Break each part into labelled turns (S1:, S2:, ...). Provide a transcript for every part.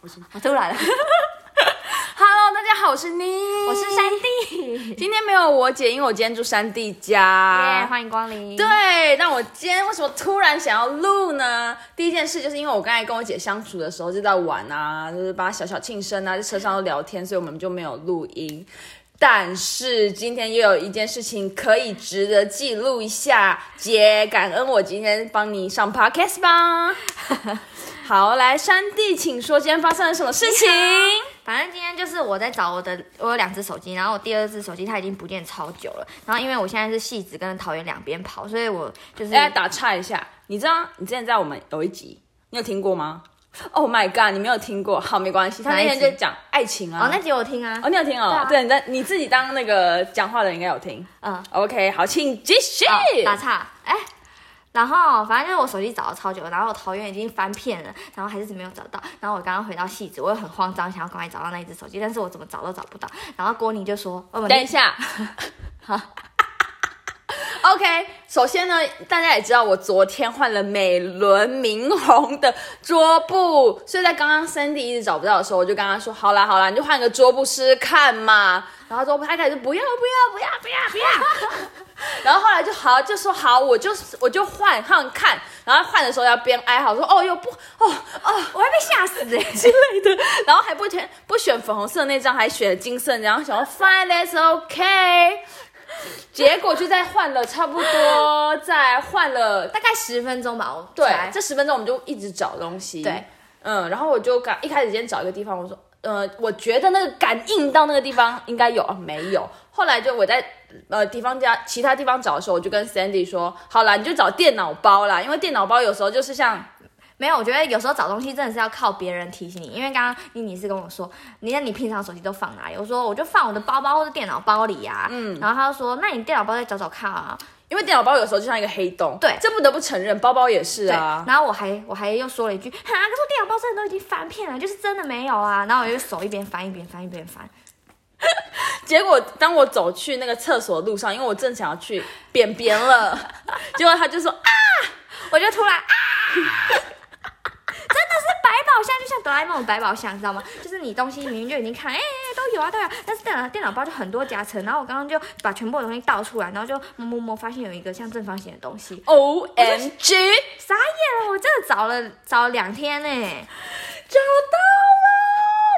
S1: 我是
S2: 我啊突然 了，
S1: Hello，大家好，我是妮，
S2: 我是山地，
S1: 今天没有我姐，因为我今天住山地家。
S2: 耶，欢迎光临。
S1: 对，那我今天为什么突然想要录呢？第一件事就是因为我刚才跟我姐相处的时候就在玩啊，就是帮她小小庆生啊，在车上都聊天，所以我们就没有录音。但是今天又有一件事情可以值得记录一下，姐，感恩我今天帮你上 podcast 吧。好，来山地，请说今天发生了什么事情？
S2: 反正今天就是我在找我的，我有两只手机，然后我第二只手机它已经不见超久了，然后因为我现在是戏子跟桃园两边跑，所以我就是
S1: 大家哎打岔一下，你知道你之前在我们有一集，你有听过吗？Oh my god，你没有听过，好没关系。他
S2: 哪
S1: 那
S2: 一
S1: 天
S2: 集
S1: 就讲爱情啊，
S2: 哦，那集我听啊
S1: 哦，，你有听哦？
S2: 对啊
S1: 你在你自己当那个讲话的人应该有听。
S2: 嗯，
S1: OK，好，请继续。
S2: 哦打岔，哎。然后反正就是我手机找了超久，然后我桃园已经翻遍了，然后还是没有找到。然后我刚刚回到戏子，我又很慌张，想要赶快找到那一只手机，但是我怎么找都找不到。然后郭宁就说：“哦我们
S1: 等一 下，好。OK，首先呢，大家也知道我昨天换了美轮明宏的桌布，所以在刚刚 Sandy 一直找不到的时候，我就跟他说：“好啦好啦，你就换个桌布试试看嘛。”然后桌布他一开始就不要不要不要不要不要， 然后后来就好就说好，我就我就换换看，然后换的时候要边哀嚎说：“哦又不哦哦
S2: 我会被吓死哎、
S1: 之 类的，然后还不选不选粉红色那张，还选金色那张，然后想说 fine that's OK，结果就在换了差不多，在换了
S2: 大概十分钟吧，我
S1: 对
S2: 起来
S1: 这十分钟我们就一直找东西，
S2: 对，
S1: 嗯，然后我就刚一开始先找一个地方，我说呃，我觉得那个感应到那个地方应该有啊，没有，后来就我在。呃，地方家其他地方找的时候，我就跟 Sandy 说，好啦，你就找电脑包啦，因为电脑包有时候就是像
S2: 没有，我觉得有时候找东西真的是要靠别人提醒你，因为刚刚妮妮是跟我说，你那你平常手机都放哪里？我说我就放我的包包或者电脑包里啊。嗯，然后他就说，那你电脑包再找找看啊。
S1: 因为电脑包有时候就像一个黑洞，
S2: 对
S1: 这不得不承认，包包也是
S2: 对，
S1: 啊。
S2: 然后我还我还又说了一句，哈，可是我电脑包真的都已经翻遍了，就是真的没有啊。然后我就手一边翻一边翻一边翻，
S1: 结果当我走去那个厕所的路上，因为我正想要去便便 了，结果他就说啊，
S2: 我就突然啊，真的是百宝箱，就像哆啦 A 梦的百宝箱，你知道吗？就是你东西明明就已经看，哎、都有啊，都有啊、但是电脑电脑包就很多夹层，然后我刚刚就把全部的东西倒出来，然后就摸摸摸，发现有一个像正方形的东西，
S1: O M G，
S2: 傻眼了，我真的找了找了两天呢、
S1: 找到了！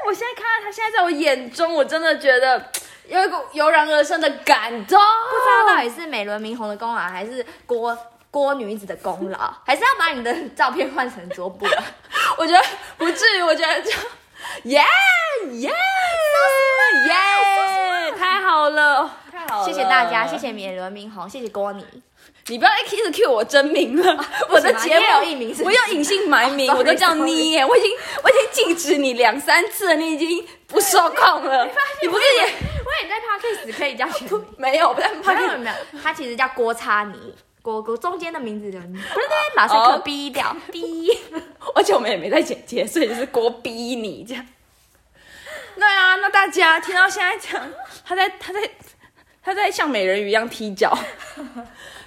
S1: 我现在看到他现在在我眼中，我真的觉得有一股油然而生的感动。
S2: 不知道到底是美轮明宏的功劳，还是郭郭女子的功劳，还是要把你的照片换成桌布、 啊。
S1: 我觉得不至于，我觉得就耶 耶耶，太好了，太好了！
S2: 谢谢大家，谢。谢美轮明宏，谢谢郭女。
S1: 你不要一直 cue 我真名了，我
S2: 为什么
S1: 的节目
S2: 啊你也有艺名是不
S1: 我
S2: 是啊
S1: 有隐姓埋名，
S2: sorry，
S1: 我都叫
S2: sorry
S1: 你耶，我已经我已经禁止你两三次了，你已经不受 控了，你不是也
S2: 我也在 podcast 可以叫全名，
S1: 没有？我在
S2: 没
S1: 旁
S2: 有
S1: 边
S2: 没有，他其实叫郭叉尼，郭郭中间的名字的，不对，马赛克
S1: 哦
S2: 逼掉逼。
S1: 而且我们也没在剪接，所以就是锅逼你这样。对啊，那大家听到现在这样，他在他在他在像美人鱼一样踢脚。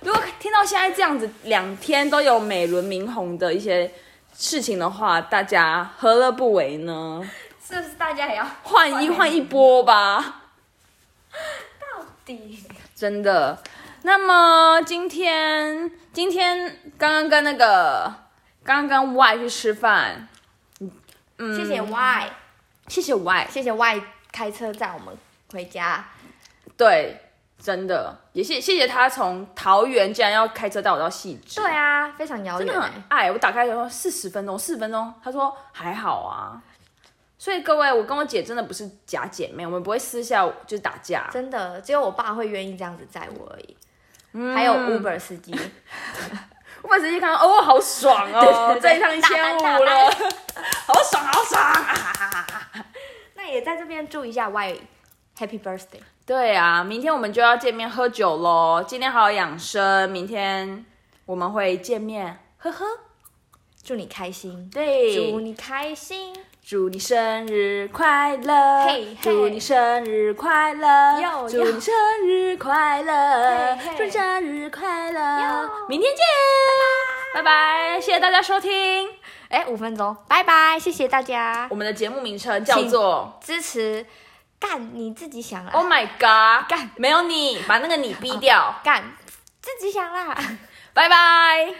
S1: 如果听到现在这样子，两天都有美轮明宏的一些事情的话，大家何乐不为呢？
S2: 是不是大家也要
S1: 换一换一波吧，
S2: 到底？
S1: 真的。那么今天今天刚刚跟那个刚刚跟 Y 去吃饭，
S2: 谢谢 Y，
S1: 谢谢 Y，
S2: 谢谢 Y 开车载我们回家。
S1: 对，真的也谢谢谢他从桃园竟然要开车带我到细致，
S2: 对啊，非常遥
S1: 真
S2: 远、
S1: 的
S2: 欸
S1: 很。爱。我打开的时候四十分钟，四十分钟，他说还好啊。所以各位，我跟我姐真的不是假姐妹，我们不会私下就是打架。
S2: 真的，只有我爸会愿意这样子载我而已。还有 Uber 司机，
S1: 我本直接看到，哦，好爽哦，
S2: 对对对
S1: 这一趟一
S2: 大
S1: 千
S2: 单
S1: 五
S2: 大
S1: 了
S2: 单，
S1: 好爽好爽啊！
S2: 那也在这边祝一下 Y Happy Birthday。
S1: 对啊，明天我们就要见面喝酒喽，今天好好养生，明天我们会见面，呵呵。
S2: 祝你开心，
S1: 对，
S2: 祝你开心
S1: 祝你生日快乐
S2: 嘿嘿
S1: 祝你生日快乐
S2: 哟
S1: 祝你生日快乐
S2: 嘿嘿
S1: 祝你生日快乐
S2: 哟
S1: 明天见，拜拜，谢谢大家收听。
S2: 哎，五分钟，拜拜，谢谢大家
S1: 我们的节目名称叫做
S2: 支持。干你自己想啦，啊
S1: Oh my God，
S2: 干哦
S1: 没有你，把那个你逼掉，
S2: 干自己想啦。
S1: 拜拜。